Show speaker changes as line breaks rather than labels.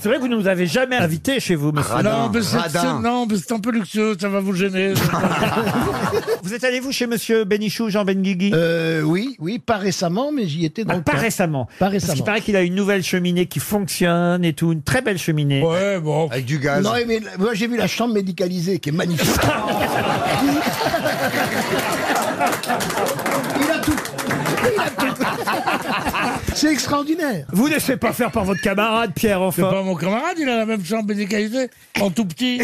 C'est vrai que vous ne nous avez jamais invités chez vous,
Ah.
monsieur.
Ah non, mais c'est- c'est non, mais c'est un peu luxueux, ça va vous gêner.
Vous êtes allé, vous, chez monsieur Bénichou, Jean Benguigui
Euh, oui, oui, pas récemment, mais j'y étais dans
Ah,
le
pas
temps.
récemment.
Pas
Parce qu'il
récemment.
paraît qu'il a une nouvelle cheminée qui fonctionne et tout, une très belle cheminée.
ouais, bon.
Avec du gaz.
Non, mais la- moi j'ai vu la chambre médicalisée qui est magnifique. il a tout. Il a tout. C'est extraordinaire.
Vous laissez pas faire par votre camarade, Pierre,
C'est
enfin.
pas mon camarade, il a la même chambre médicalisée, en tout petit.